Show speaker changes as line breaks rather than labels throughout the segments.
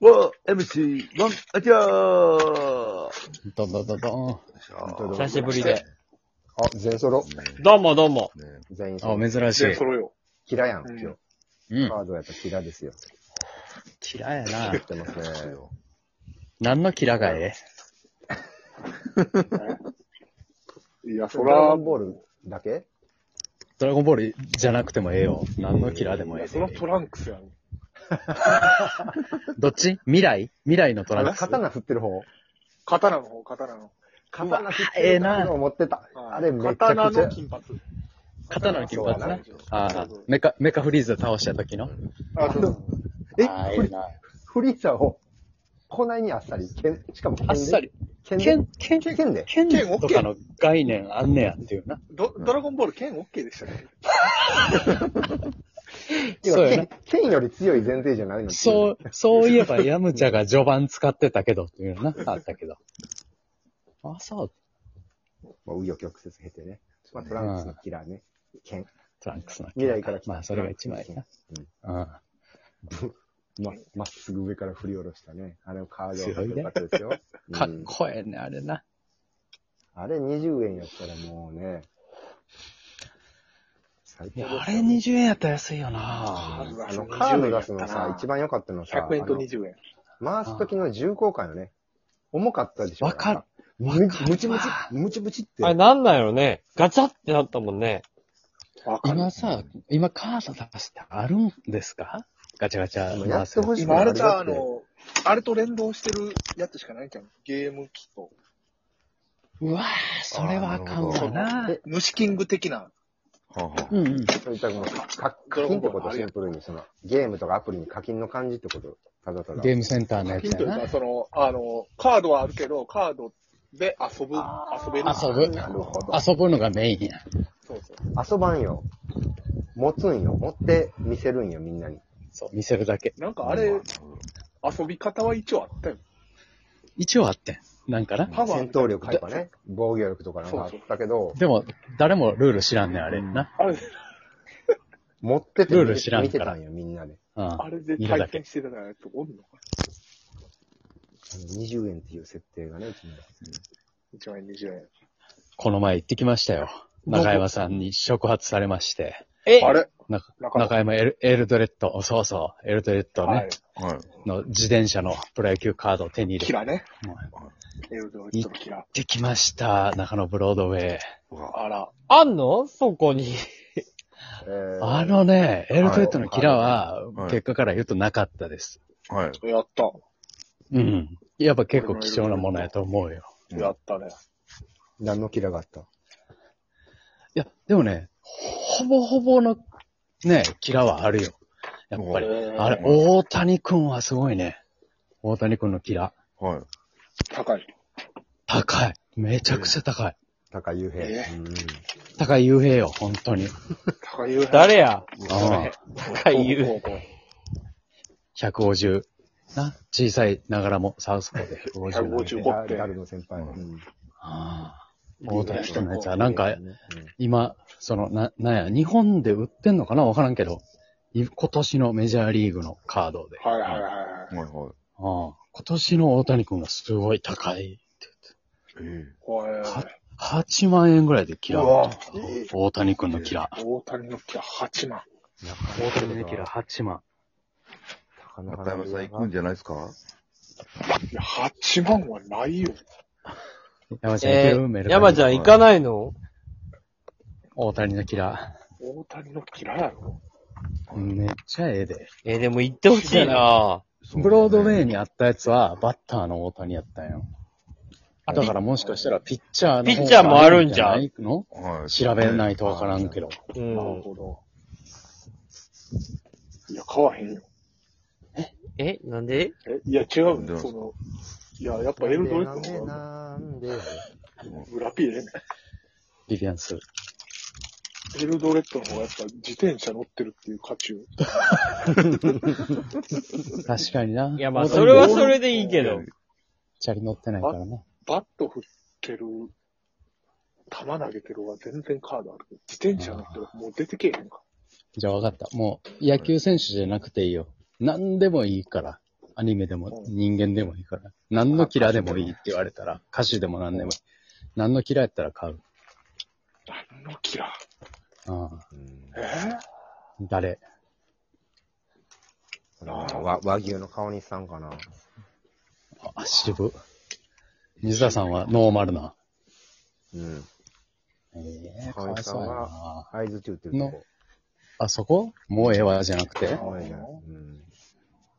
わー、MC1、あきらー
どんどんどんどん。
久しぶりで。
あ、全ソロ。
どうもどうも。
全員ソロ。
あ、珍しい
で、。揃よ。
キラやん、今日。
うん。
カードはやっぱキラですよ。
キラやな
言。ってますね。
何のキラがえ
いや、そ
ドラゴ
ら
ン、ボールだけ
ドラゴンボールじゃなくてもええよ。何のキラでもええ
そら
で。
トランクスやん。
どっち未来未来のト
あ
ラ
の、
ンス。
刀振ってる方
刀の方、刀の。
刀振っ
ええ
てる
な
方を持ってた。あれめちゃくちゃ。
刀の金髪。
刀の金髪な。ああ
そうそう、
メカ、メカフリーズを倒した時の。
あ、そうそう。
ああ、
え、
え
フ
え
リ
な。
フリーザーを、こないにあっさり、剣しかも剣で。
あっさり。
剣で。
剣、剣、
剣剣で。
剣とかの概念あんねやっていうな。
ドドラゴンボール剣 OK でしたね。
そうやな
剣。剣より強い前提じゃないの
そう、そういえばヤムチャが序盤使ってたけどっていうのな、 あったけど。あ、そう。
まあ、紆余曲折経てね。まあ、トランクスのキラーね。剣。
トランクスのキ
未
ラ。
来から来た。
まあ、それが一枚な。うん。
ま、まっすぐ上から振り下ろしたね。あれをカード
強いね
をよかったですよ。
か
う
っ
ん
こええね、あれな。
あれ20円やったらもうね、最
い
高
や
です、よ
あれ20円やったら安いよ
あ
な
るわ
あ
そ
の
う
カード出す
20円
の
やった
さ
な、
一番良かったのさ、
100円と
あの
20円。
回す時の重厚感よね。重かったでしょ。
わかる
む。むちむち、むちむちって。
あれなんなんやろね。ガチャってなったもんね。
わかる
今さ、今カード出してあるんですかガチャガチャ
や
回
っ
せ
てほしい。
今あれじゃあ
だって
の、あれと連動してるやつしかないんじゃん。ゲーム機と。
うわぁ、それはあかんわな
え
虫キング的な。
うんうん。
そういったもうかか課金ってことシンプルに、その、ゲームとかアプリに課金の感じってことただただ。
ゲームセンターの
課
やつ
金と
や
いうか、
な。
その、あの、カードはあるけど、カードで遊ぶ、遊べる。
遊ぶ
なるほど。
遊ぶのがメインや。
そうそう。
遊ばんよ。持つんよ。持って見せるんよ、みんなに。
そう、見せるだけ。
なんかあれ、遊び方は一応あったよ。
一応あってん。なんかな。
パワー
戦
みたいな。
闘力とかね、防御力とかなんかあったけど、
でも、誰もルール知らんねん、あれな。
あれ、
持ってて
ルー
見
ル知ら
て
ん
見て
から
たんよ、みんなで。
うん。
あれで
見るだ
体
け
験。してたからやつおんのか
あの20円っていう設定がね、うちの
な ?1 万円、20円。
この前行ってきましたよ。
どこ
中山さんに触発されまして。
え
あれ
な
中
中山エルエルドレッド、そうそう、エルドレッドね。
はい。
はい。
の自転車のプロ野球カードを手に入
キ
れ
ラね
うん。
エルドロイドのキラ。
てきました。中野ブロードウェイ。
あら。
あんのそこに。
えー
あのね、エルトレットのキラは
は、い
結果から言うとなかったです。
はい。
やった。
うん。やっぱ結構貴重なものやと思うよ。
やったね。
何のキラがあった
いや、でもね、ほぼほぼの、ね、キラはあるよ。やっぱり。
えー
あれ、大谷くんはすごいね。大谷くんのキラ。
はい。
高い。
高い。めちゃくちゃ高い。
高井雄平。
え
うん
高い雄平よ、本当に。
高いよ。
誰や
ああ
高い言う。
150。な、小さいながらもサウスポーで150投げて。
150
ダダルの先輩。
うん
うん
ああ、
いいね
大谷人のやつは、なんか
う、ん
今、その、な、なんや、日本で売ってんのかなわからんけど、い今年のメジャーリーグのカードで。
はいはい
あ
はいはい。
はいはい。
あ今年の大谷君がすごい高い。
え
おい。
8万円ぐらいでキラ
うわ
ー。大谷君のキラ。
大谷のキラ8万。
大谷のキラ8万。
高
え
野花
中
見
山さん
が
行くんじゃないですか
いや、8万はないよ。
山ちゃん、
え
行けるメル
ー、
カリ
山ちゃん行かないの
大谷のキラ。
大谷のキラやろ。
めっちゃええで。
えー、でも行ってほしいな
ブロードウェイ
イ。
にあったやつは、バッターの大谷やったんよ。だからもしかしたら、ピッチャーの方が
ピッチャーもあるんじゃん
いの
はい。
調べないとわからんけど。
う
なる
ん。
ほど。いや、買わへんよ。
え、なんで
え、いや、違う
ど
ね。
う
その、いや、やっぱエルドレッドの方が
なんでなんで
裏ピーね。
ビビアンス。
エルドレッドの方がやっぱ自転車乗ってるっていう価値を。
確かにな。
いや、まあ、
大
そ
谷
れは
ボール
それでいいけど。
チャリ乗ってないからね。
バット振ってる、球投げてるは全然カードあるけど、自転車乗ってるはもう出てけえへんか。
じゃあ分かった。もう、野球選手じゃなくていいよ。何でもいいから。アニメでも
うん
人間でもいいから。何のキラーでもいいって言われたら、歌手でも何でもいい。何のキラーやったら買う。
何のキラ
ああ
うん
ーえ
誰
わ和牛の顔にさんかな。
あ、渋。水田さんはノーマルな。
うん。
ええか
川
わ
合
い
さ
そ
ん
うや
は
な。
合図って言ってるとこ。
あそこもうええわじゃなくて、
の
前じゃないうん。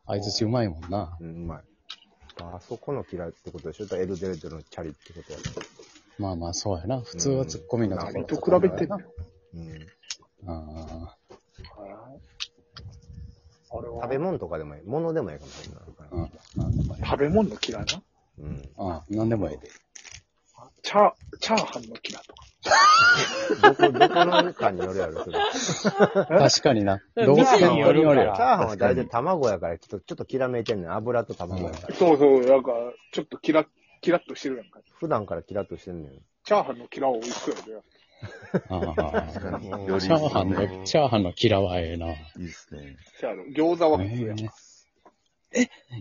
相づちうまいもんな。
うん、うまい。あそこのキラーってことでしょだからエルデルドのチャリってことやろ
まあまあ、そうやな。普通はツッコミのところ
何と比べてんの
うん。
あ
あれは
食べ物とかでもいい。物でもいいかもしれない
あ、うん。なんでもいい。
食べ物のキラな。
うん。
ああ、なんでもいいで。
チャー、チャーハンのキラとか。
どこ、どこのかによるやろ、それ。
確かにな。
え
どう
チャーハン
によるよ
チ
チャーハンは大体卵やから、ちょっと、ちょっときらめいてんねん。油と卵やから。
そうそう、なんか、ちょっとキラ、キラっとしてるやんか。
普段からキラッとしてんねん。
チャーハンのキラをいくやで。
ああ
確かにより
チャーハンの、チャーハンのキラはええな。
いいっすね。
チャーハン、餃子は普通やん
ええ、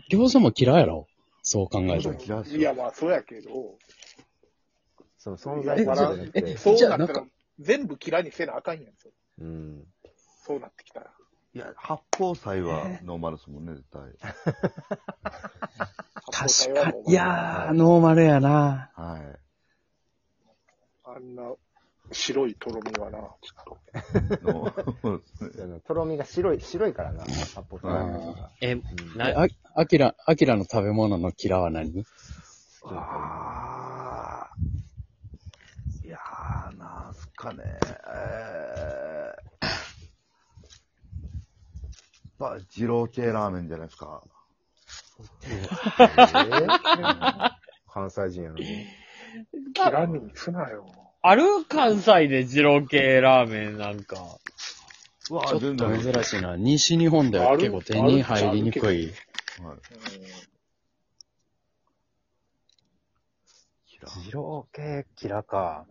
餃子もキラやろそう考えたら。
キラーっすよ
いや、まあ、そうやけど、
その存在からじゃなく
え
て。
そう
じゃ
な
あ
った
なん
ら、全部キラにせなあかんやん、それ
うん。
そうなってきたら。
いや、八宝菜はノーマルっすもんね、絶対。
八宝菜は
確か
もう
に。いやー、ノーマルやな。
は
あんな白いとろみはな、ちょっと。
い。ノー
あのとろみが白い、白いからな、サポート
うん
え、
うん
な、
あ、アキラ、アキラの食べ物のキラは何
あーいやー、なんすかね。えーまあ、二郎系ラーメンじゃないですか。
関西人やのに。
キラにすなよ。
ある関西で二郎系ラーメンなんか。
うわ
ちょっと
全然
珍しいな。西日本では結構手に入りにくい。
はいキラー
二郎系キラか。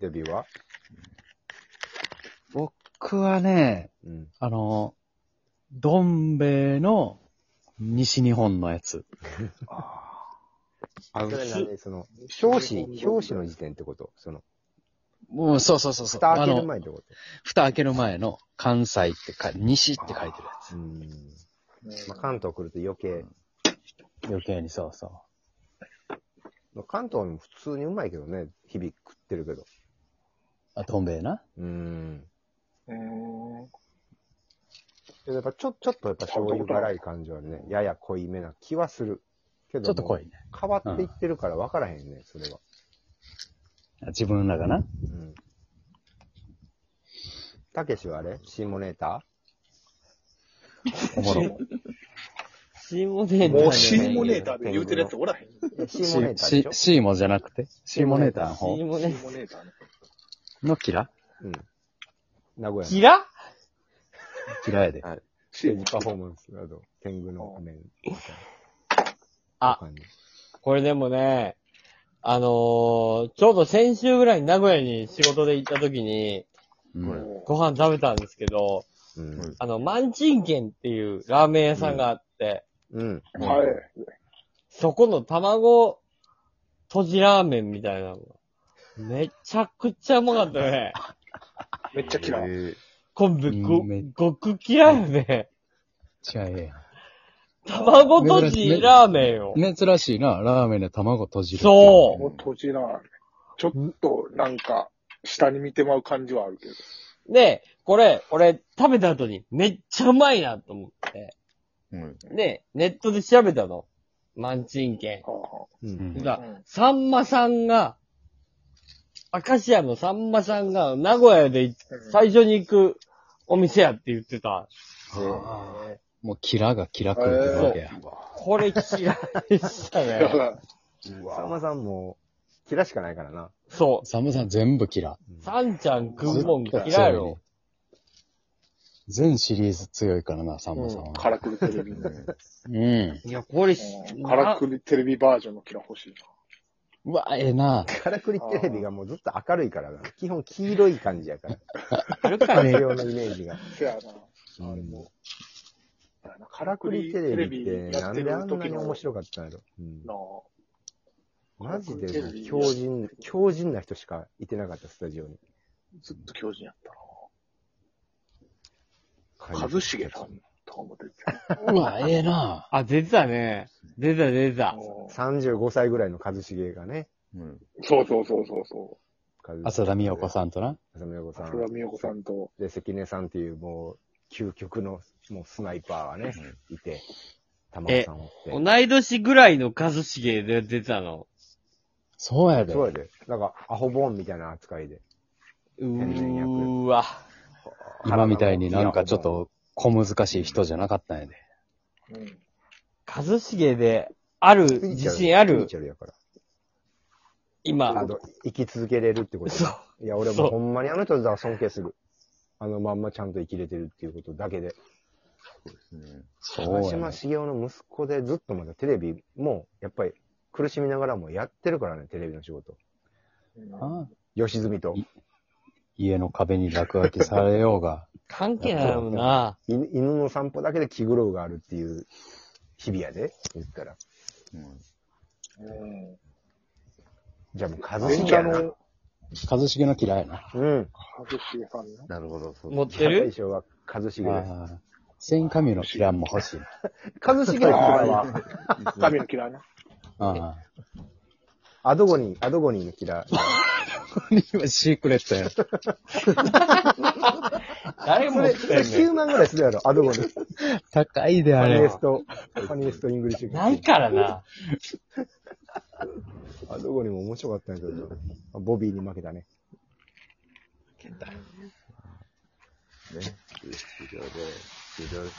デビューは
僕はね、
うん。
あの、どん兵衛の西日本のやつ。
あ
そ
そ
れ
れ
何
何その、表紙、表紙の時点ってことその、
もうん、そうそうそうそう。
蓋開け
あ
る
の
前ってこ
蓋開ける前の関西ってか、西って書いてるや
とうん。まあ、
う
関東来ると余計。
つ。余計にそうそ
まあ関東も普通にうまいけどね、日々食ってるけど。
う。あ、どん兵衛な。
うん。
ん。う
やっぱちょ、ちょっとやっぱ醤油辛い感じはね、やや濃いめな気はする。けども
ちょっと濃いね。
変わっていってるから分からへんね、それは。
自分らがな。
うん。たけしはあれシーモネータ
おもろも。
シモネ
ー
ー
ん。
ター。
もうシーモネーターで言うてるやつおらへん。
ーシ
シ
ーモネーター
シ
でしょ
シーモじゃなくて、シーモネーターの
シ
方
モ
シ
ネー
ーモネーターね。
のキラ
うん。名古
ター。
屋
キラ
キラやで。
シ
ステ
ー
ー
モ
ジパフォーマンスなど、天狗の面。
あ、これでもね、あのーちょうど先週ぐらいに名古屋に仕事で行った時に、
うん
これ
ご飯食べたんですけど、
うん。
はい
あの、万珍軒っていうラーメン屋さんがあって、
うん。
はい。
そこの卵、とじラーメンみたいなのがめちゃくちゃうまかったね。
めっちゃキラ
え。ー
これ、ご
うんめ、
極嫌いよね。
違うえ
卵とじラーメンよ。
えやん珍しいな、ラーメンで卵閉じる。
そう
もう閉じな。ちょっと、なんか、下に見てまう感じはあるけど。
で、これ、俺、食べた後に、めっちゃうまいなと思って。
うん
で、ネットで調べたの。マンチン券。
は
う。
うんん。
あはあ
が、さんまさんが、明石家のさんまさんが、名古屋で最初に行くお店やって言ってた。
はあもうキラがキラくるってわけや。
これ嫌いでした
うんだか
ね。
ら、
さんまさんも、キラしかないからな。
そ
サムさん全部キラ。
うん
う。さんちゃん食うもん嫌いやろ。
全シリーズ強いからな、サンボさんは。
カラクリテレ ビの。
うん。
いや、これ、
うんカラクリテレビバージョンのキラ欲しいな。
うわ、ええな。
からくりテレビがもうずっと明るいからな。基本黄色い感じやから。
あるか
栄
ね。
養のイメージが。
せやな。
うん
あれも。ったよな。から
ク
く
リ
り
テ
テ
レ
レ
ビっ
ビ
て
や
な
っ
ん
て
であ
る
んな
時
に
の
面白かったんやろ。うん
の、
マジで
テレ
ね
ビ
強靭、強靭な人しかいてなかった、スタジオに。
ずっと狂人やったな。一茂さんとかも出て
うわ、ええな
あ、出てたね。出てた、出て
た
た。
もう
35歳ぐらいの一茂がね。
うん。
そうそうそうそうそ
浅田美代子
ん。
さんとな。
浅田美代子
う。
さ
浅田
ん。
美代子さんと、
で、関根さんっていうもう、究極のもうスナイパーがね、いて、玉子さんおって。
同い年ぐらいの一茂で出てたの。
そうやで。
そうやで。なんか、アホボンみたいな扱いで。
う
然役
ーわ。
今みたいになんかちょっと小難しい人じゃなかったんやで。
うん。
一茂で、ある、
体が大きい、
自信あ
スピリ
る
チ、ュアルやから。あ
今。
の、生き続けれるってこと
そう。
いや、俺もほんまにあの人だから尊敬する。あのまんまちゃんと生きれてるっていうことだけで。
そうですね。
そう
長
や
島
な。
茂雄の息子でずっとまだテレビも、やっぱり苦しみながらもやってるからね、テレビの仕事。
うん
あ
吉住と。
家の壁に落書きされようが。
関係ないもんな。
犬犬の散歩だけで気苦労があるっていう日々やで、言ったら。
うん。
うん。
じゃあもう
うん。
一
電
茂
車
やな。
の
一茂の嫌いやな。
うん。
一茂さんの。
なるほど、そう
持っ
じ
て
ゃあ
る
大将は一茂です。
ああ。千神の嫌いも欲しい。
一茂の嫌いは、
神の嫌いな。
あ
アドゴニー、アドゴニーの嫌い。
あ。 今シークレットや。
誰
そ
も
れ、
知っ
そ
て
れ
んねん
9万ぐらいするやろ、アドゴニー。フ
高いで あ
ァニ
れ
エス。ト、ファニエストイングリッシュ。
ないからな。
アドゴニーも面白かったんやけど、ボビーに負けたね。
ね。終了で、終了です。